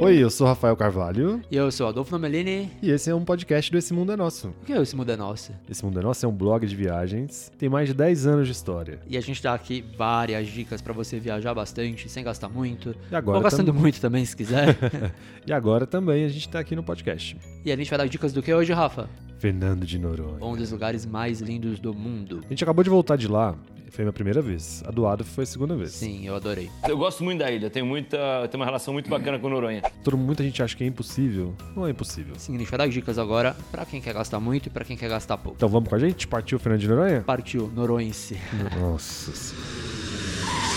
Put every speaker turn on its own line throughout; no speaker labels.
Oi, eu sou Rafael Carvalho
E eu sou Adolfo Nomelini.
e esse é um podcast do Esse Mundo é Nosso.
O que é esse Mundo é Nosso?
Esse Mundo é Nosso é um blog de viagens, tem mais de 10 anos de história.
E a gente dá aqui várias dicas pra você viajar bastante, sem gastar muito.
E agora,
Ou gastando muito também, se quiser.
tam- e agora também a gente tá aqui no podcast.
e a gente vai dar dicas do que hoje, Rafa?
Fernando de Noronha.
Um dos lugares mais lindos do mundo.
A gente acabou de voltar de lá, foi minha primeira vez. A doado foi a segunda vez.
Sim, eu adorei.
Eu gosto muito da ilha, tenho, muita, eu tenho uma relação muito bacana com Noronha.
Todo muita gente acha que é impossível. Não é impossível.
Sim, a gente vai dar dicas agora pra quem quer gastar muito e pra quem quer gastar pouco.
Então vamos com a gente? Partiu Fernando de Noronha?
Partiu, Noroense.
Nossa senhora.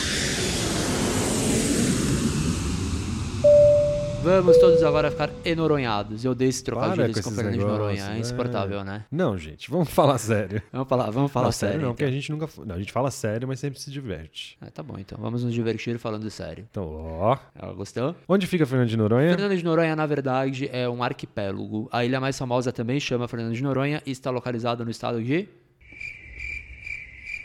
Vamos todos agora ficar enoronhados. Eu dei esse trocadilho
Para com
deles com
esses
Fernando de
negócios,
Noronha. É
né?
insuportável, né?
Não, gente, vamos falar sério.
Vamos falar, vamos falar
não,
sério.
não, porque
então.
a gente nunca. Não, a gente fala sério, mas sempre se diverte.
Ah, tá bom, então. Vamos nos divertir falando sério.
Então, ó.
Ela gostou?
Onde fica Fernando de Noronha?
Fernando de Noronha, na verdade, é um arquipélago. A ilha mais famosa também chama Fernando de Noronha e está localizada no estado de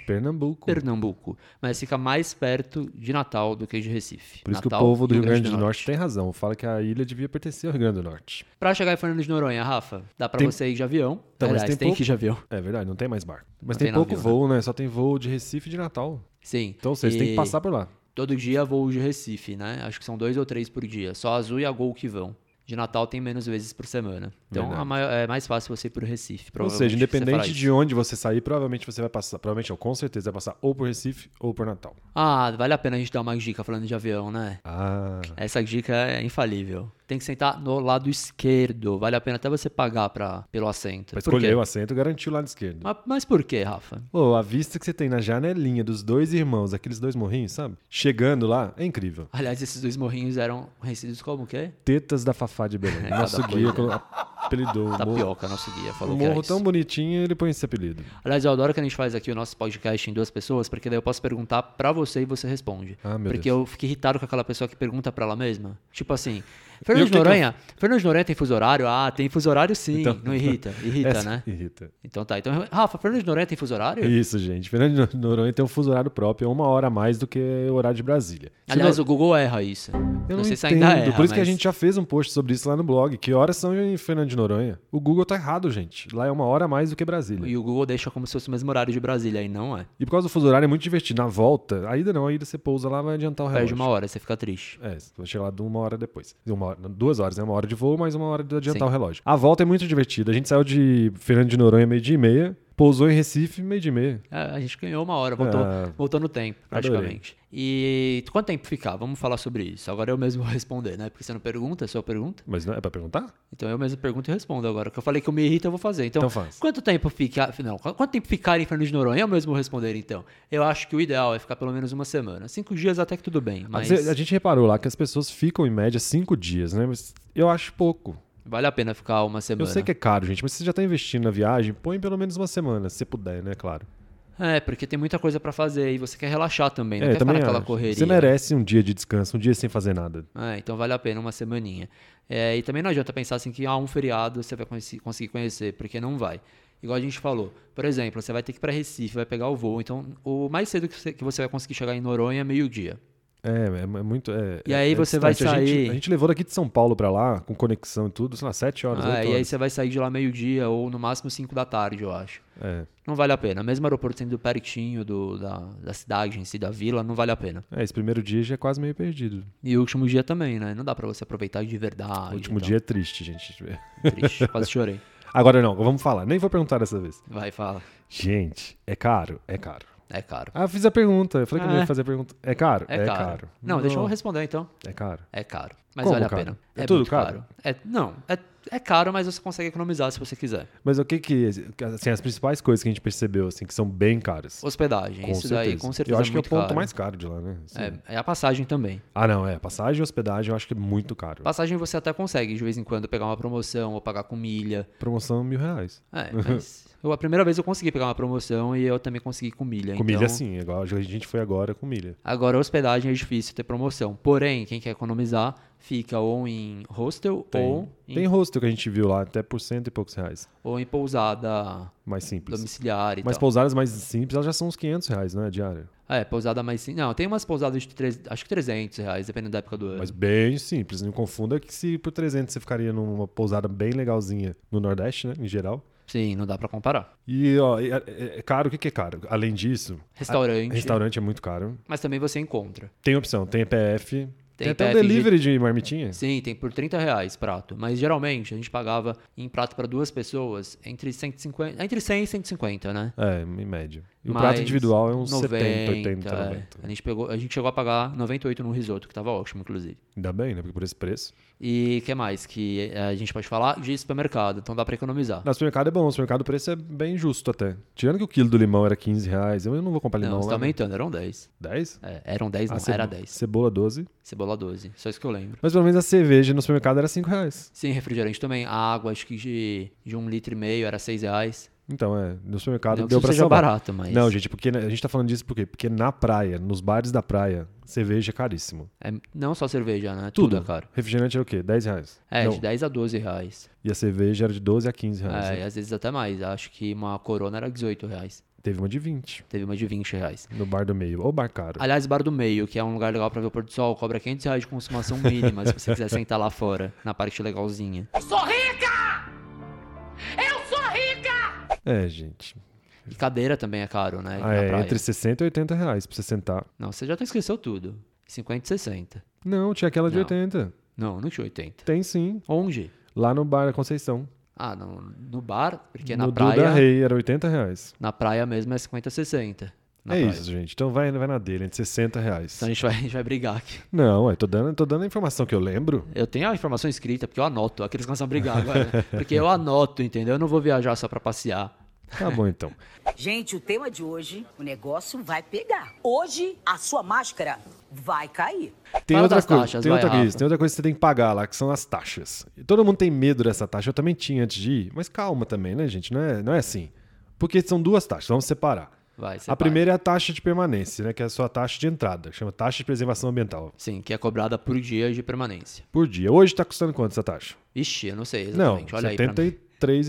Pernambuco.
Pernambuco, mas fica mais perto de Natal do que de Recife.
Por isso que o
Natal
povo do
e
Rio Grande do Norte tem razão. Fala que a ilha devia pertencer ao Rio Grande do Norte.
Pra chegar em Fernando de Noronha, Rafa, dá pra
Tem-
você ir de avião.
Então, mas
Aliás,
tem
tem,
pouco-
que ir de avião.
É verdade, não tem mais barco. Mas
Não
tem,
tem
pouco
navio, né?
voo, né? Só tem voo de Recife e de Natal.
Sim.
Então vocês têm que
E
passar por lá.
Todo dia voo de Recife, né? Acho que são dois ou três por dia. Só Azul e a Gol que vão. De Natal tem menos vezes por semana. Então
Verdade.
a maior- é mais fácil você ir pro Recife,
Ou
provavelmente.
seja,
você fará
independente
isso.
de onde você sair, provavelmente você vai passar. Provavelmente, ou com certeza, vai passar ou por Recife ou por Natal.
Ah, vale a pena a gente dar uma dica falando de avião, né?
Ah.
Essa dica é infalível. Tem que sentar no lado esquerdo. Vale a pena até você pagar pra, pelo assento.
Pra
Por quê?
escolher o assento, garantiu o lado esquerdo.
Mas, mas por quê, Rafa?
Pô, a vista que você tem na janelinha dos dois irmãos, aqueles dois morrinhos, sabe? Chegando lá, é incrível.
Aliás, esses dois morrinhos eram conhecidos como o quê?
Tetas da Fafá de
É,
Belém. Nosso
cada
guia
coisa.
colo- apelidou o morro.
né? Tapioca, nosso guia,
O
falou que era
morro
isso.
tão bonitinho, ele põe esse apelido.
Aliás, eu adoro que a gente faz aqui o nosso podcast em duas pessoas, porque daí eu posso perguntar pra você e você responde.
Ah, meu
porque
Deus.
eu fiquei irritado com aquela pessoa que pergunta pra ela mesma. Tipo assim,
E o que
Fernando de
que eu-
Noronha, Fernando de Noronha tem fuso horário? Ah, tem fuso horário sim. Não irrita, irrita,
Então. Essa-
né? É.
Irrita.
Então tá. Então, Rafa, Fernando de Noronha tem fuso horário?
Isso, gente. Fernando de Noronha tem um fuso horário próprio, é uma hora a mais do que o horário de Brasília. Se
Aliás,
não-
o Google erra isso.
eu não,
Ah, sei se
entendo.
ainda erra,
Por isso que a
mas-
gente já fez um post sobre isso lá no blog. Que horas são em Fernando de Noronha? O Google tá errado, gente. Lá é uma hora a mais do que Brasília.
E o Google deixa como se fosse o mesmo horário de Brasília, e não é.
E por causa do fuso horário é muito divertido. Na volta, a ida não, a ida você pousa lá, vai adiantar o relógio.
Perde uma hora, você fica triste.
É, você vai chegar lá de uma hora depois. De Uma hora, não, duas horas, né? Uma hora de voo, mais uma hora de adiantar
Sim.
o relógio. A volta é muito divertida. A gente saiu de Fernando de Noronha meio-dia e meia, pousou em Recife meio-dia e meia.
É, a gente ganhou uma hora, voltou,
Ah,
voltou no tempo,
adorei.
praticamente. E quanto tempo ficar? Vamos falar sobre isso. Agora eu mesmo vou responder, né? Porque você não pergunta, é só eu pergunto.
Mas não é pra perguntar?
Então eu mesmo pergunto e respondo agora. Porque eu falei que eu me irrito, eu vou fazer. Então,
Então faz.
quanto tempo ficar. Não, qu- quanto tempo ficar em Fernando de Noronha? Eu mesmo vou responder, então. Eu acho que o ideal é ficar pelo menos uma semana. Cinco dias até que tudo bem. Mas
Mas A gente reparou lá que as pessoas ficam em média cinco dias, né? Mas eu acho pouco.
vale a pena ficar uma semana.
Eu sei que é caro, gente, mas se você já tá investindo na viagem, põe pelo menos uma semana, se puder, né? Claro.
É, porque tem muita coisa pra fazer e você quer relaxar também, não
é,
quer ficar
também
naquela
acho.
correria. né?
Você merece um dia de descanso, um dia sem fazer nada.
É, então vale a pena uma semaninha. É, e também não adianta pensar assim que ah, um feriado você vai conheci- conseguir conhecer, porque não vai. Igual a gente falou, por exemplo, você vai ter que ir pra Recife, vai pegar o voo, então o mais cedo que você, que você vai conseguir chegar em Noronha é meio-dia.
É, é, é muito. é-
E
é-
aí
é
você vai
distante. A gente,
sair-
a gente levou daqui de São Paulo pra lá, com conexão e tudo, sei lá, sete horas.
Ah,
oito
e aí
horas.
você vai sair de lá meio-dia ou no máximo 5 da tarde, eu acho.
É.
Não vale a pena. Mesmo aeroporto sendo pertinho do, da, da cidade em si, da vila, não vale a pena.
É, esse primeiro dia já é quase meio perdido.
E o último dia também, né? Não dá pra você aproveitar de verdade.
o último
então,
dia é triste, gente.
Triste, quase chorei.
Agora não, vamos falar. Nem vou perguntar dessa vez.
Vai, fala.
Gente, é caro? É caro.
É caro.
Ah, eu fiz a pergunta. Eu falei que
Ah,
não ia
é.
fazer a pergunta. É caro?
É, caro. Não, deixa eu responder então.
É caro.
É caro. Mas
Como
vale
caro?
a pena.
É tudo
muito
caro?
É, não, é, é caro, mas você consegue economizar se você quiser.
Mas o que que... Assim, as principais coisas que a gente percebeu, assim, que são bem caras.
Hospedagem,
Com
isso
certeza.
daí, com certeza.
Eu acho
é
que é o
muito
ponto
caro.
mais caro de lá, né? Assim.
É, é a passagem também.
Ah, não, é. Passagem e hospedagem eu acho que é muito caro.
Passagem você até consegue de vez em quando pegar uma promoção ou pagar com milha.
Promoção, mil reais.
É, mas eu, a primeira vez eu consegui pegar uma promoção e eu também consegui com milha.
Com
então,
milha, sim. Igual a gente foi agora com milha.
Agora, hospedagem é difícil ter promoção. Porém, quem quer economizar fica ou em hostel ou em,
Tem hostel que a gente viu lá, até por cento e poucos reais.
ou em pousada
Mais simples.
domiciliar e
Mas
tal.
pousadas mais simples, elas já são uns 500 reais, né? Diária.
É, pousada mais sim. Não, tem umas pousadas de três- acho que 300 reais, dependendo da época do ano.
Mas bem simples. Não confunda que se por 300 você ficaria numa pousada bem legalzinha no Nordeste, né? Em geral.
Sim, não dá pra comparar.
E, ó, e, é, é caro, o que, que é caro? Além disso,
Restaurante,
restaurante é muito caro.
mas também você encontra.
Tem opção, tem EPF. Tem, até
Tem
o
EPF de-
delivery de marmitinha.
Sim, tem por 30 reais prato. Mas geralmente a gente pagava em prato pra duas pessoas entre 150, entre 100 e 150, né?
É, em média. E o
Mas
prato individual é uns 70, 80,
é.
90.
A gente, pegou, a gente chegou a pagar 98 no risoto, que tava ótimo, inclusive.
Ainda bem, né? Porque por esse preço.
E que mais que eh, a gente pode falar? De supermercado, então dá pra economizar.
No supermercado é bom, no supermercado o preço é bem justo até. Tirando que o quilo do limão era 15 reais, eu não vou comprar
Não,
limão
você
lá.
tá
né?
aumentando, eram 10.
10?
É, eram 10,
Ah,
não,
cebo-
era 10.
Cebola 12.
Cebola 12, só isso que eu lembro.
Mas pelo menos a cerveja no supermercado era 5 reais.
Sim, refrigerante também. A água, acho que de, de um litro e meio era 6 reais.
Então, é, no supermercado
Não que
deu
isso
pra
seja
salvar.
barato, mas-
Não, gente, porque né, a gente tá falando disso por quê? Porque na praia, nos bares da praia, cerveja é caríssimo.
É, não só cerveja, né? Tudo, é caro.
Refrigerante era o quê? 10 reais.
É,
Não,
de 10 a 12 reais.
E a cerveja era de 12 a 15 reais.
É,
né?
e às vezes até mais. Acho que uma corona era 18 reais.
Teve uma de 20
Teve uma de 20 reais.
no bar do meio. Ou bar caro.
Aliás, Bar do Meio, que é um lugar legal pra ver o pôr do sol, cobra 500 reais de consumação mínima se você quiser sentar lá fora, na parte legalzinha.
Sou rica! Eu sou rica!
É, gente.
E cadeira também é caro, né?
Ah,
na
é,
praia.
entre 60 e 80 reais pra você sentar.
Não, você já até esqueceu tudo. 50 e 60.
Não, tinha aquela de
Não.
80.
Não, não tinha 80.
Tem sim.
Onde?
Lá no bar da Conceição.
Ah, no, no bar, porque
no
na
Duda
praia.
Rei era 80 reais.
Na praia mesmo é 50 60. Na
é
praia.
isso, gente. Então vai, vai na dele, entre 60 reais.
Então a gente vai, a gente vai brigar aqui.
Não, eu tô dando, tô dando a informação que eu lembro.
Eu tenho a informação escrita, porque eu anoto. Aqueles que começam a brigar agora. né? Porque eu anoto, entendeu? Eu não vou viajar só pra passear.
Tá bom, então.
Gente, o tema de hoje, o negócio vai pegar. Hoje, a sua máscara vai cair.
Tem
Fala
outra
das
coisa,
taxas,
tem
vai,
outra coisa,
Rafa.
tem outra coisa que você tem que pagar lá, que são as taxas. E todo mundo tem medo dessa taxa, eu também tinha antes de ir, mas calma também, né, gente? Não é, não é assim. Porque são duas taxas, vamos separar.
Vai,
A
separa.
primeira é a taxa de permanência, né, que é a sua taxa de entrada, que chama taxa de preservação ambiental,
Sim, que é cobrada por dia de permanência.
por dia. Hoje tá custando quanto essa taxa?
Ixi, eu não sei
Não,
exatamente. Olha aí. Pra mim.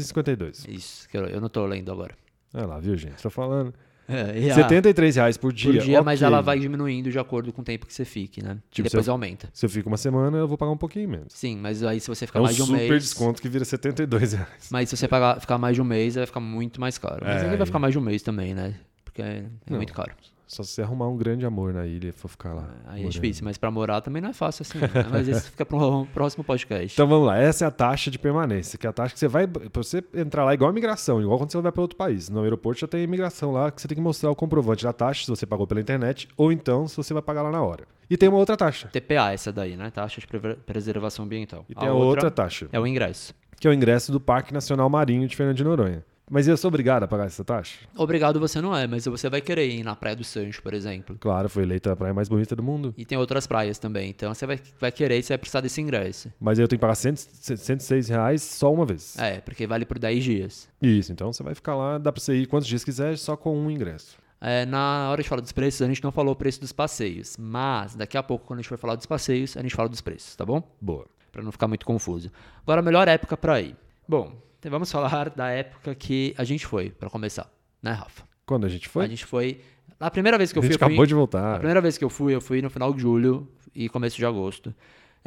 73,52.
Isso, que eu, eu não tô lendo agora.
Olha lá, viu, gente? Tô falando.
É, e a-
73 reais por dia.
por dia, mas
ok.
ela vai diminuindo de acordo com o tempo que você fique, né? E
Tipo,
depois
se eu-
aumenta.
Se eu fico uma semana, eu vou pagar um pouquinho menos.
Sim, mas aí se você ficar
É um
mais de um
super
mês.
desconto que vira 72 reais.
Mas se você pagar, ficar mais de um mês, vai ficar muito mais caro. Mas
É,
ninguém
aí-
vai ficar mais de um mês também, né? Porque é muito caro.
Só se você arrumar um grande amor na ilha e for ficar lá.
Aí é
morando.
difícil, mas pra morar também não é fácil assim. né? Mas isso fica para um próximo podcast.
Então vamos lá, essa é a taxa de permanência, que é a taxa que você vai. Pra você entrar lá é igual a imigração, igual quando você vai para outro país. No aeroporto já tem imigração lá que você tem que mostrar o comprovante da taxa, se você pagou pela internet, ou então se você vai pagar lá na hora. E tem uma outra taxa.
TPA, essa daí, né? Taxa de Preve- preservação ambiental.
E tem a outra taxa.
É o ingresso.
Que é o ingresso do Parque Nacional Marinho de Fernando de Noronha. Mas eu sou obrigado a pagar essa taxa?
Obrigado você não é, mas você vai querer ir na Praia do Sancho, por exemplo.
Claro, foi eleita a praia mais bonita do mundo.
E tem outras praias também. Então você vai, vai querer e você vai precisar desse ingresso.
Mas aí eu tenho que pagar 100, 106 reais só uma vez.
É, porque vale por 10 dias.
Isso, então você vai ficar lá, dá pra você ir quantos dias quiser, só com um ingresso.
É, na hora de falar dos preços, a gente não falou o preço dos passeios. Mas daqui a pouco, quando a gente for falar dos passeios, a gente fala dos preços, tá bom?
Boa.
Pra não ficar muito confuso. Agora, a melhor época pra ir. Bom, então vamos falar da época que a gente foi, pra começar, né, Rafa?
Quando a gente foi?
A gente foi. A primeira vez que eu
A
fui.
gente
eu fui-
acabou de voltar.
A primeira vez que eu fui, eu fui no final de julho e começo de agosto.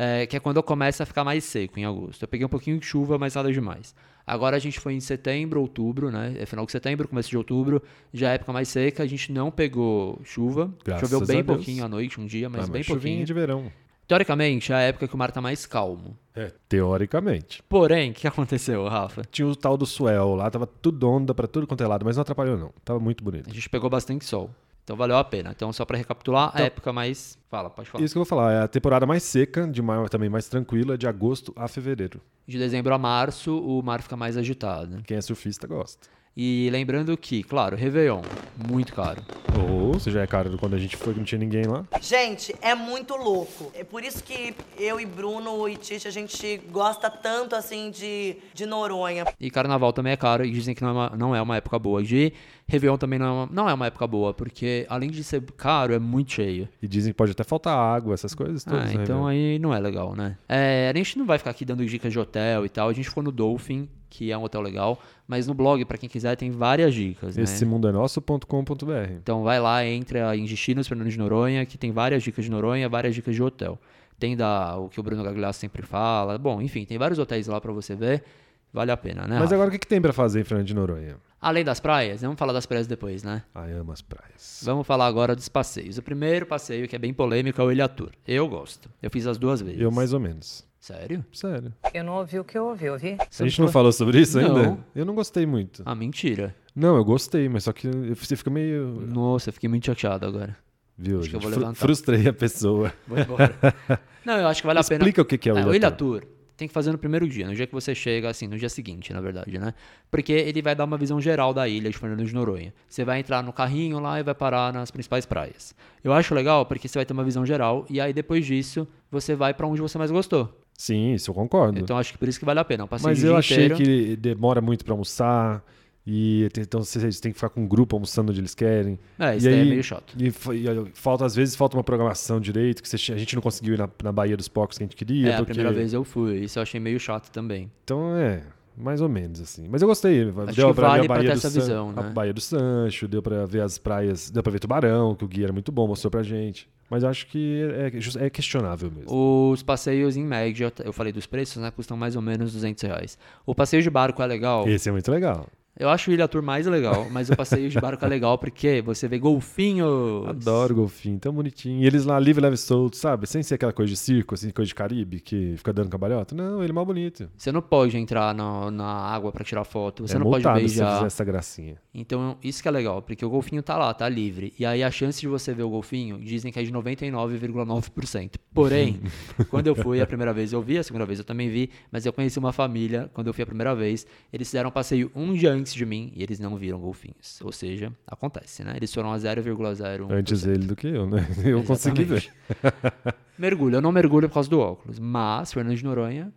é, que é quando começa a ficar mais seco em agosto. Eu peguei um pouquinho de chuva, mas nada demais. Agora a gente foi em setembro, outubro, né? É final de setembro, começo de outubro, já é época mais seca. A gente não pegou chuva.
Graças
Choveu
a
bem
Deus.
pouquinho à noite, um dia, mas
Ah,
bem
chuvinha
pouquinho.
de verão.
Teoricamente, é a época que o mar tá mais calmo.
Teoricamente.
Porém, o que aconteceu, Rafa?
É. Tinha o tal do swell lá, tava tudo onda pra tudo quanto é lado, mas não atrapalhou não. Tava muito bonito.
A gente pegou bastante sol. Então valeu a pena. Então, só pra recapitular, a época mais. Fala, pode falar.
Isso que eu vou falar, é a temporada mais seca, de maio também mais tranquila, de agosto a fevereiro.
De dezembro a março, o mar fica mais agitado.
Quem é surfista gosta.
E lembrando que, claro, Réveillon, muito caro.
Ou, se já é caro quando a gente foi que não tinha ninguém lá.
Gente, é muito louco. É por isso que eu e Bruno e Tite, a gente gosta tanto, assim, de, de Noronha.
E carnaval também é caro, e dizem que não é uma, não é uma época boa de ir. Réveillon também não é, uma, não é uma época boa, porque além de ser caro, é muito cheio.
E dizem que pode até faltar água, essas coisas todas,
Ah,
né,
então
meu?
É, aí não é legal, né? É, a gente não vai ficar aqui dando dicas de hotel e tal. A gente foi no Dolphin, que é um hotel legal. Mas no blog, pra quem quiser, tem várias dicas, né?
Esse mundo é nosso.com.br.
Então vai lá, entra em Destinos Fernando de Noronha, que tem várias dicas de Noronha, várias dicas de hotel. Tem da, o que o Bruno Gagliasso sempre fala. Bom, enfim, tem vários hotéis lá pra você ver. Vale a pena, né?
Mas
Rafa?
agora o que, que tem pra fazer em Fernando de Noronha?
Além das praias, vamos falar das praias depois, né?
Ai, amo as praias.
Vamos falar agora dos passeios. O primeiro passeio, que é bem polêmico, é o Ilha Tour. Eu gosto. Eu fiz as duas vezes.
Eu mais ou menos.
Sério?
Sério.
Eu não ouvi o que eu ouvi, ouvi?
a gente não falou sobre isso
Não.
ainda? Eu não gostei muito.
Ah, mentira.
Não, eu gostei, mas só que eu- você fica meio.
Nossa, eu fiquei muito chateado agora.
Viu?
Acho que eu
gente?
vou
Fru-
levantar.
Frustrei a pessoa.
Vou embora. Não, eu acho que vale a pena.
Explica o que que é o
Ah,
Ilha
O Ilha Tour tem que fazer no primeiro dia, no dia que você chega, assim, no dia seguinte, na verdade, né? Porque ele vai dar uma visão geral da ilha de Fernando de Noronha. Você vai entrar no carrinho lá e vai parar nas principais praias. Eu acho legal porque você vai ter uma visão geral e aí depois disso você vai pra onde você mais gostou.
Sim, isso eu concordo.
Então acho que por isso que vale a pena. Eu passei
Uhum. mas
o dia
eu achei
inteiro.
que demora muito pra almoçar. E tem- então vocês têm que ficar com um grupo almoçando onde eles querem.
É, isso
e
daí é
aí-
meio chato.
E, fa- e olha, falta, às vezes falta uma programação direito, que você che- a gente não conseguiu ir na, na Bahia dos Porcos que a gente queria.
É, a
porque-
primeira vez eu fui. Isso eu achei meio chato também.
Então é, mais ou menos assim. Mas eu gostei. deu pra
que
ver a
vale pra
Bahia
ter
do
essa
San-
visão, né?
A Bahia do Sancho, deu pra ver as praias, deu pra ver Tubarão, que o guia era muito bom, mostrou pra gente. Mas eu acho que é, just- é questionável mesmo.
Os passeios em média, eu falei dos preços, né? Custam mais ou menos 200 reais. O passeio de barco é legal.
Esse é muito legal.
Eu acho o Ilha Tour mais legal, mas o passeio de barco é legal porque você vê golfinhos.
Adoro golfinho, tão bonitinho. E eles lá livre, leve e solto, sabe? Sem ser aquela coisa de circo, assim, coisa de Caribe, que fica dando cambalhota. Não, ele é mal bonito.
Você não pode entrar na, na água pra tirar foto, você
é
não
multado
pode
se você
beijar.
fizer essa gracinha.
Então, isso que é legal, porque o golfinho tá lá, tá livre. E aí a chance de você ver o golfinho, dizem que é de 99,9%. Porém, quando eu fui a primeira vez, eu vi, a segunda vez eu também vi, mas eu conheci uma família, quando eu fui a primeira vez, eles fizeram um passeio um dia antes de mim e eles não viram golfinhos. Ou seja, acontece, né? Eles foram a 0,01%.
Antes dele do que eu, né? Eu consegui ver.
Exatamente. mergulho. Eu não mergulho por causa do óculos, mas Fernando de Noronha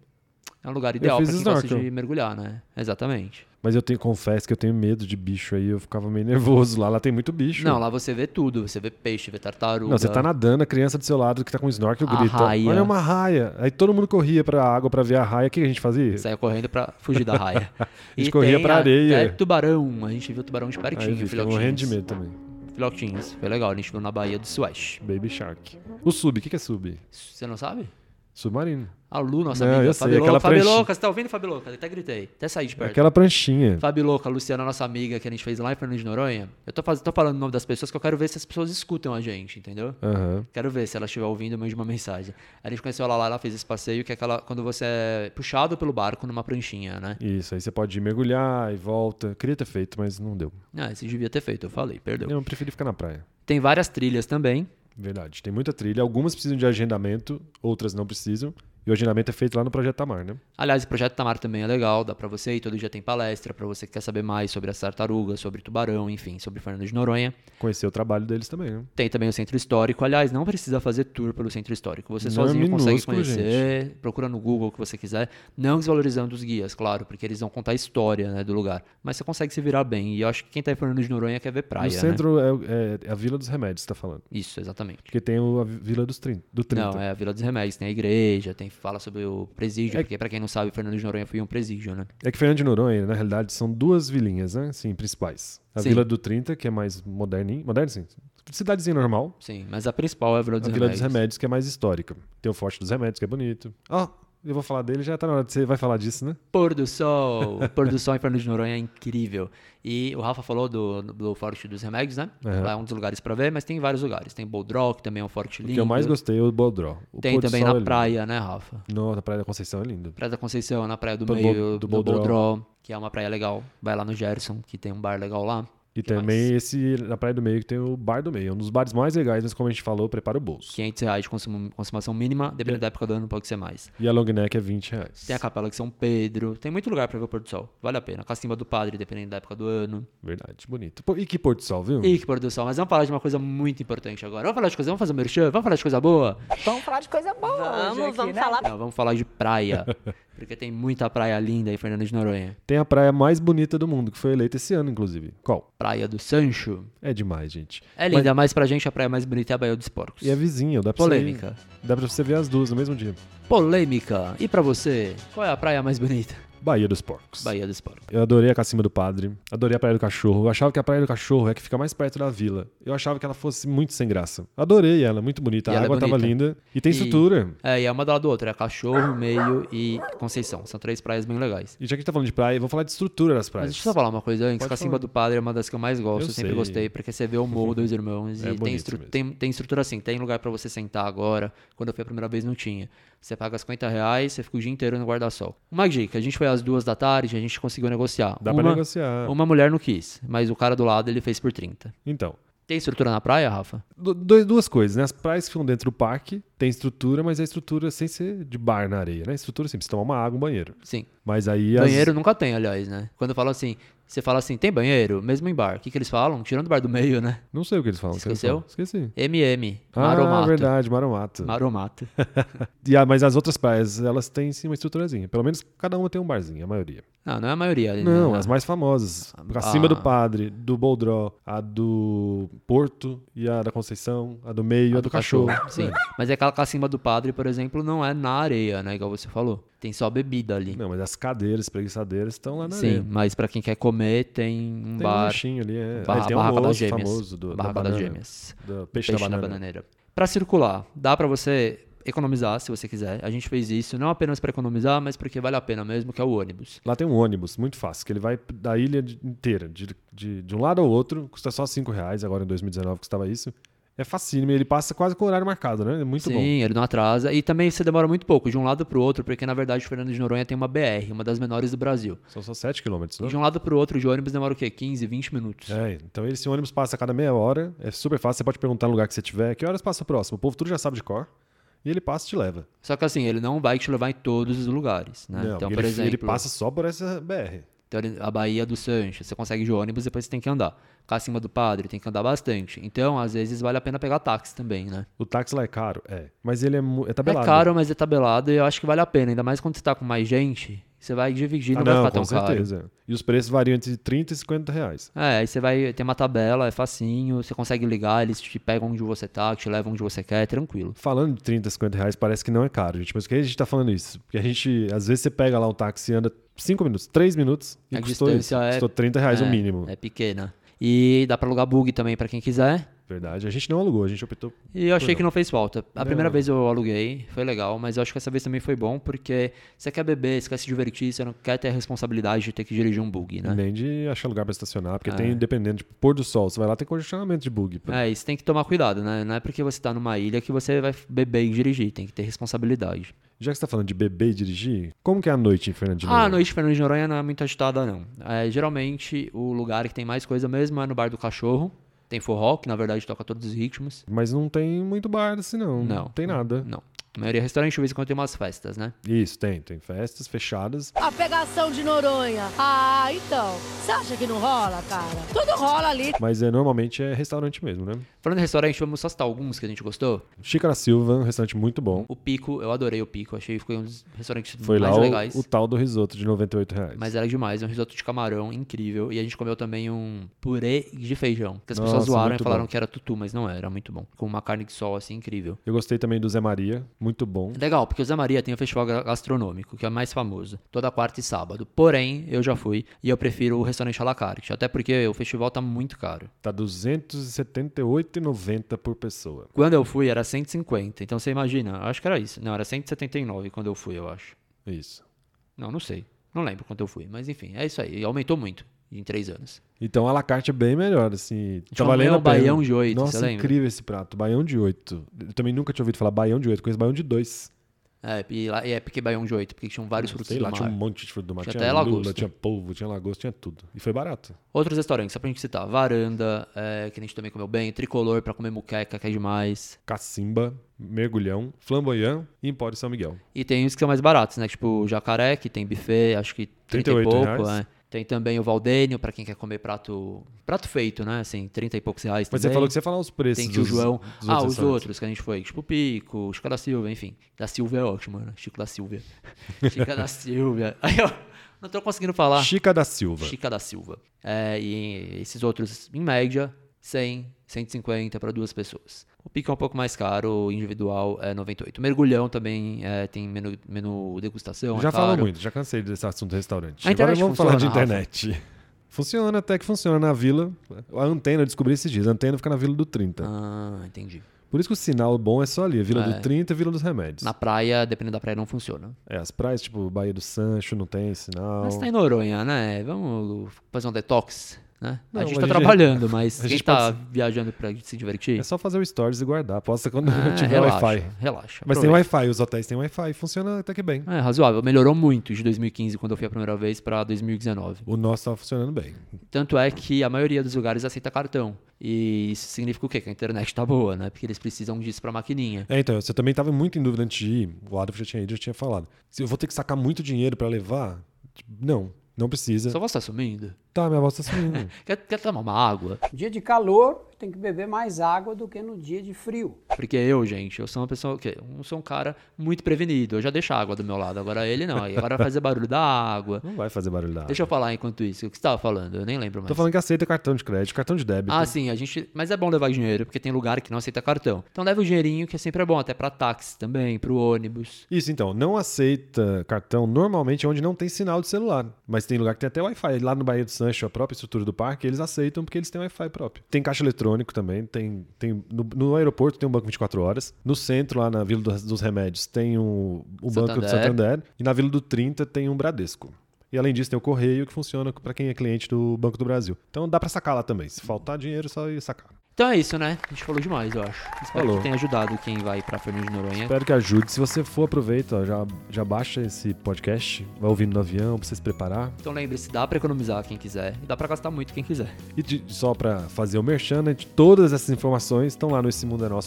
é um lugar ideal
fiz
pra quem gosta
snorkel.
de mergulhar, né? Exatamente.
Mas eu tenho, confesso que eu tenho medo de bicho aí, eu ficava meio nervoso lá. Lá tem muito bicho.
Não, lá você vê tudo. Você vê peixe, vê tartaruga.
Não, você tá nadando, a criança do seu lado que tá com snorkel
A
grita:
raia.
Olha uma raia. Aí todo mundo corria pra água pra ver a raia. O que a gente fazia?
Saia correndo pra fugir da raia.
gente corria
tem
pra areia.
Até tubarão. A gente viu tubarão de
Tá Aí eu
pertinho,
vi, fiquei morrendo de
filhotinhos.
medo também.
Filhotinhos. Foi legal. A gente viu na Bahia do Sueste.
Baby Shark. O sub, o que, que é sub?
Você não sabe?
Submarino.
A Lu, nossa
Não, eu
amiga.
sei,
Fabiloca,
aquela
Fabiloca,
prancha-
você tá ouvindo, Fabiloca? Eu Até gritei. Até saí de perto.
Aquela pranchinha.
Fabiloca, Luciana, nossa amiga que a gente fez lá em Fernando de Noronha. Eu tô, faz... tô falando o nome das pessoas que eu quero ver se as pessoas escutam a gente, entendeu?
Aham.
Quero ver se ela estiver ouvindo, eu mande uma mensagem. A gente conheceu ela lá, ela fez esse passeio que é aquela quando você é puxado pelo barco numa pranchinha, né?
Isso, aí você pode ir mergulhar e volta. Queria ter feito, mas não deu.
Ah, esse devia ter feito, eu falei, perdeu.
Eu preferi ficar na praia.
Tem várias trilhas também.
Verdade. Tem muita trilha. Algumas precisam de agendamento, outras não precisam. E o agendamento é feito lá no Projeto Tamar, né?
Aliás, o projeto Tamar também é legal, dá pra você ir, todo dia tem palestra pra você que quer saber mais sobre as tartarugas, sobre tubarão, enfim, sobre Fernando de Noronha.
Conhecer o trabalho deles também, né?
Tem também o centro histórico. Aliás, não precisa fazer tour pelo centro histórico. Você
Não,
sozinho
é
consegue
minúsculo,
conhecer, procura no Google o que você quiser, não desvalorizando os guias, claro, porque eles vão contar a história né, do lugar. Mas você consegue se virar bem. E eu acho que quem tá em Fernando de Noronha quer ver praia.
o centro é o- é, é a Vila dos Remédios, você tá falando.
Né? Isso, exatamente.
Porque tem o- a Vila dos 30, do 30.
Não, é a Vila dos Remédios, tem a igreja, tem fala sobre o presídio,
É-
porque pra quem não sabe, Fernando de Noronha foi um presídio, né?
É que Fernando de Noronha, na realidade, são duas vilinhas, né? Sim, principais. A
Sim.
Vila do 30, que é mais moderninha. Moderna, sim. Cidadezinha normal.
Sim, mas a principal é a Vila dos
a Vila
Remédios.
dos Remédios, que é mais histórica. Tem o Forte dos Remédios, que é bonito. Ó, eu vou falar dele, já tá na hora de você vai falar disso, né?
Pôr do sol. O pôr do sol em Fernando de Noronha é incrível. E o Rafa falou do, do Forte dos Remédios, né?
Aham.
Lá é um dos lugares pra ver, mas tem vários lugares. Tem Boldrock, que também é um forte lindo.
O que eu mais gostei é o Bodró. O
Tem
pôr do
também
sol é
na
lindo.
praia, né, Rafa?
No, na Praia da Conceição é lindo.
Praia da Conceição, na Praia do
Pô, do
Meio,
Bo- do
do, Boldró,
Boldró.
que é uma praia legal. Vai lá no Gerson, que tem um bar legal lá.
E
Que
também
mais?
esse na Praia do Meio que tem o Bar do Meio. Um dos bares mais legais, mas como a gente falou, prepara o bolso.
500 reais de consumo- consumação mínima, dependendo
É.
da época do ano, pode ser mais.
E a long neck é 20 reais.
Tem a Capela de São Pedro, tem muito lugar pra ver o pôr do sol. Vale a pena. Cacimba do Padre, dependendo da época do ano.
Verdade, bonito. Pô, e que pôr do sol, viu?
E que pôr do sol. Mas vamos falar de uma coisa muito importante agora. Vamos falar de coisa, vamos fazer merchan, vamos falar de coisa boa.
Vamos falar de coisa boa
Vamos,
hoje aqui,
vamos
né?
falar.
Não, vamos falar de praia. Porque tem muita praia linda em Fernando de Noronha.
Tem a praia mais bonita do mundo, que foi eleita esse ano, inclusive. Qual?
Praia do Sancho.
É demais, gente.
É linda, mas, pra gente a praia mais bonita é a Baía dos Porcos.
E é vizinho, dá pra
Polêmica.
você. Dá pra você ver as duas no mesmo dia.
Polêmica. E pra você, qual é a praia mais bonita?
Bahia dos Porcos.
Bahia dos Porcos.
Eu adorei a Cacima do Padre, adorei a Praia do Cachorro. Eu achava que a Praia do Cachorro é a que fica mais perto da vila. Eu achava que ela fosse muito sem graça. Adorei ela, muito bonita.
E
A
ela é
água tava
bonita.
linda. E tem
E-
estrutura.
É, e é uma do lado do outro. É Cachorro, Meio e Conceição. São três praias bem legais.
E já que a gente tá falando de praia, vamos falar de estrutura das
Mas
praias.
deixa eu só falar uma coisa antes.
Pode
Cacimba
falar.
do Padre é uma das que eu mais gosto.
Eu
Eu sempre
sei.
gostei, porque você vê o morro dos irmãos
É
e tem,
bonito
estru-
mesmo.
tem, tem estrutura assim. Tem lugar pra você sentar agora. Quando eu fui a primeira vez, não tinha. Você paga 50 reais, você fica o dia inteiro no guarda-sol. Uma dica: a gente foi às duas da tarde, a gente conseguiu negociar.
Dá
uma,
pra negociar.
Uma mulher não quis, mas o cara do lado ele fez por 30.
Então,
Tem estrutura na praia, Rafa?
du- dois- duas coisas, né? As praias que ficam dentro do parque tem estrutura, mas é estrutura sem ser de bar na areia, né? Estrutura assim, precisa tomar uma água, um banheiro.
Sim.
Mas aí as-
Banheiro nunca tem, aliás, né? Quando eu falo assim, você fala assim, tem banheiro? Mesmo em bar. O que, que eles falam? Tirando o bar do meio, né?
Não sei o que eles falam. o que eles
Esqueceu?
falam. Esqueci.
MM,
Ah,
maromato.
verdade, maromato.
Maromato.
E a- mas as outras praias, elas têm sim uma estruturazinha. Pelo menos cada uma tem um barzinho, a maioria.
Não, não é a maioria. né?
Não, as mais famosas. Acima
ah.
do Padre, do Boldró, a do Porto e a da Conceição, a do Meio, a, do, Cachorro.
Sim.
É.
Mas é aquela cacimba do padre, por exemplo, não é na areia, né? Igual você falou. Tem só bebida ali.
Não, mas as cadeiras, preguiçadeiras estão lá na
Sim,
areia.
mas pra quem quer comer, tem um
Tem um
bar.
lanchinho ali, é.
barra-
Aí tem um
barraca das
almoço
gêmeas.
famoso do, da
barraca
banana,
das gêmeas.
do peixe, da banana.
bananeira. Pra circular, dá pra você economizar, se você quiser. A gente fez isso não apenas pra economizar, mas porque vale a pena mesmo, que é o ônibus.
Lá tem um ônibus, muito fácil, que ele vai da ilha de- inteira, de, de, de um lado ao outro, custa só 5 reais, agora em 2019 custava isso. É facílimo, e ele passa quase com o horário marcado, né? É muito
Sim,
bom.
ele não atrasa. E também você demora muito pouco, de um lado pro outro, porque na verdade Fernando de Noronha tem uma BR, uma das menores do Brasil.
São só 7 quilômetros,
E
né?
de um lado pro outro de ônibus demora o quê? 15, 20 minutos.
É, então esse ônibus passa a cada meia hora, é super fácil, você pode perguntar no lugar que você tiver, que horas passa o próximo, o povo tudo já sabe de cor, e ele passa e te leva.
Só que assim, ele não vai te levar em todos os lugares, né?
Não,
então,
ele,
por exemplo,
ele passa só por essa BR.
então, ele- a Bahia do Sanches, você consegue ir de ônibus, depois você tem que andar. Cacimba do Padre, tem que andar bastante. Então, às vezes, vale a pena pegar táxi também, né?
O táxi lá é caro, é, mas ele é, mu- é tabelado.
É caro, mas é tabelado e eu acho que vale a pena. Ainda mais quando você tá com mais gente, você vai dividir, não,
Ah,
vai ficar
com
tão caro.
certeza. E os preços variam entre 30 e 50 reais.
É, aí você vai ter uma tabela, é facinho, você consegue ligar, eles te pegam onde você tá, te levam onde você quer, é tranquilo.
Falando de 30, 50 reais, parece que não é caro, gente. Mas por que a gente tá falando isso? Porque a gente, às vezes, você pega lá um táxi e anda 5 minutos, 3 minutos, e
A
custou, isso.
distância é-
custou 30 reais
é,
o mínimo.
É pequena. E dá pra alugar bug também pra quem quiser.
Verdade. A gente não alugou, a gente optou.
E eu achei
Foi
que não fez falta. A primeira
Não.
vez eu aluguei, foi legal, mas eu acho que essa vez também foi bom, porque você quer beber, você quer se divertir, você não quer ter a responsabilidade de ter que dirigir um bug, né?
Nem de achar lugar pra estacionar, porque tem, dependendo, tipo, pôr do sol, você vai lá, tem congestionamento de bug.
É, isso tem que tomar cuidado, né? Não é porque você tá numa ilha que você vai beber e dirigir, tem que ter responsabilidade.
Já que você tá falando de beber e dirigir, como que é a noite em Fernando de
Ah, a
Noronha?
noite de Fernando de Noronha não é muito agitada, não. É, geralmente, o lugar que tem mais coisa mesmo é no Bar do Cachorro. Tem forró, que na verdade toca todos os ritmos.
Mas não tem muito bar assim, não.
Não.
Tem nada.
Não. A maioria é restaurante, de vez em quando tem umas festas, né?
Isso, tem. Tem festas fechadas.
A pegação de Noronha. Ah, então. Você acha que não rola, cara? Tudo rola ali.
Mas é, normalmente é restaurante mesmo, né?
Falando em restaurante, vamos só citar alguns que a gente gostou.
Xícara Silva, um restaurante muito bom.
O Pico, eu adorei o Pico. Achei que foi um dos restaurantes
Foi
mais
lá o-
legais.
o, tal do risoto de 98 reais.
Mas era demais, é um risoto de camarão incrível. E a gente comeu também um purê de feijão. Que as pessoas
Nossa,
zoaram e
muito
falaram
bom.
que era tutu, mas não era, muito bom. Com uma carne de sol, assim, incrível.
Eu gostei também do Zé Maria, muito bom.
Legal, porque o Zé Maria tem o festival gra- gastronômico, que é o mais famoso, toda quarta e sábado. Porém, eu já fui e eu prefiro o restaurante à la carte, até porque o festival tá muito caro.
Tá 278,90 por pessoa.
Quando eu fui era 150, então você imagina, eu acho que era isso. Não, era 179 quando eu fui, eu acho.
Isso.
Não, não sei. Não lembro quanto eu fui, mas enfim, é isso aí. E aumentou muito em três anos.
Então a la carte é bem melhor, assim. Tá
Chamei
valendo
o
a pena.
baião de oito,
Nossa,
você lembra?
incrível esse prato. Baião de 8. Eu também nunca tinha ouvido falar baião de 8, conheço baião de 2.
É, e, lá, e é porque Baião de 8, porque tinham vários frutos
Sei
do
lá,
mar.
tinha um monte de fruto do mar.
Tinha
Tinha,
até
lula,
lagosta.
tinha polvo, tinha lagosta, tinha tudo. E foi barato.
Outros restaurantes, só pra gente citar. Varanda, é, que a gente também comeu bem. Tricolor pra comer muqueca, que é demais.
Cacimba, mergulhão, flamboyant e Empório São Miguel.
E tem os que são mais baratos, né? Tipo o jacaré, que tem buffet, acho que 30 e
38
pouco.
reais.
é. Tem também o Valdênio, pra quem quer comer prato prato feito, né? Assim, 30 e poucos reais
Mas
também.
você falou que você ia falar os preços.
Tem tio
dos-
João.
dos outros
ah, os
restaurantes.
outros que a gente foi. Tipo Pico, Chico da Silva, enfim. Da Silva é ótimo, né? Chico da Silva. Chica da Silva. Aí, ó, não tô conseguindo falar.
Chica da Silva.
Chica da Silva. É, e esses outros, em média, 100, 150 para duas pessoas. O Pique é um pouco mais caro, o individual é 98. Mergulhão também é, tem menu, menu degustação. é
já falou
caro.
muito, já cansei desse assunto restaurante.
A
Agora
internet
vamos falar de
funciona,
internet. Funciona, até que funciona na vila. A antena eu descobri esses dias. A antena fica na Vila do 30.
Ah, entendi.
Por isso que o sinal bom é só ali. A Vila
É.
do 30 e Vila dos Remédios.
Na praia, dependendo da praia, não funciona.
É, as praias, tipo Bahia do Sancho, não tem sinal.
Mas tá em Noronha, né? Vamos fazer um detox, né?
Não,
a gente
a
tá
gente-
trabalhando, mas
a
quem
gente
tá viajando pra se divertir?
É só fazer o stories e guardar. Posta quando
Ah,
tiver
relaxa,
Wi-Fi.
relaxa.
Mas tem
aproveita.
Wi-Fi, os hotéis têm Wi-Fi. Funciona até que bem.
É razoável, melhorou muito de 2015, quando eu fui a primeira vez, pra 2019.
O nosso tava funcionando bem.
Tanto é que a maioria dos lugares aceita cartão. E isso significa o quê? Que a internet tá boa, né? Porque eles precisam disso pra maquininha.
É, então, você também tava muito em dúvida antes de ir. O Adolfo já tinha ido, já tinha falado. Se eu vou ter que sacar muito dinheiro pra levar, tipo, não, não precisa.
Só você tá sumindo?
Tá, minha voz tá sumindo.
Quer, quer tomar uma água?
Dia de calor, tem que beber mais água do que no dia de frio.
Porque eu, gente, eu sou uma pessoa que eu sou um cara muito prevenido. Eu já deixo a água do meu lado, agora ele não. E agora vai fazer barulho da água.
não vai fazer barulho da
Deixa eu falar enquanto isso. O que você tava falando? Eu nem lembro mais.
Tô falando que aceita cartão de crédito, cartão de débito.
Ah, sim, a gente. Mas é bom levar dinheiro, porque tem lugar que não aceita cartão. Então leva o dinheirinho, que sempre é bom, até pra táxi também, pro ônibus.
Isso, então, não aceita cartão normalmente onde não tem sinal de celular. Mas tem lugar que tem até Wi-Fi. Lá no Bahia do Sancho, a própria estrutura do parque, eles aceitam porque eles têm Wi-Fi próprio. Tem caixa eletrônico também, tem. tem no, no aeroporto tem um banco 24 horas. No centro, lá na Vila dos, dos Remédios, tem o, o Banco do
Santander.
Santander. E na Vila do 30 tem um Bradesco. E além disso, tem o correio que funciona pra quem é cliente do Banco do Brasil. Então dá pra sacar lá também. Se faltar dinheiro, é só ir sacar.
Então é isso, né? A gente falou demais, eu acho. Espero
Falou.
que tenha ajudado quem vai pra Fernando de Noronha.
Espero que ajude. Se você for, aproveita, ó, já, já baixa esse podcast, vai ouvindo no avião pra você se preparar.
Então lembre-se, dá pra economizar quem quiser. E dá pra gastar muito quem quiser.
E de- só pra fazer o merchan, né, de todas essas informações estão lá no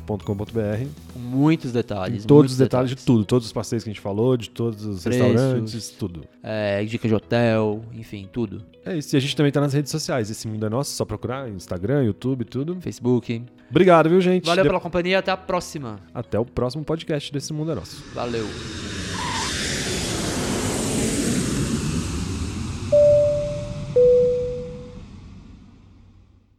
essemundanosso.com.br.
Com muitos detalhes.
Todos
muitos
os detalhes de tudo, todos os passeios que a gente falou, de todos os
Preços.
restaurantes, tudo.
É, dica de hotel, enfim, tudo.
É isso. E a gente também tá nas redes sociais. Esse mundo é nosso, só procurar Instagram, YouTube, tudo.
Facebook.
Obrigado, viu, gente?
Valeu
De-
pela companhia, até a próxima.
Até o próximo podcast desse mundo é nosso.
Valeu.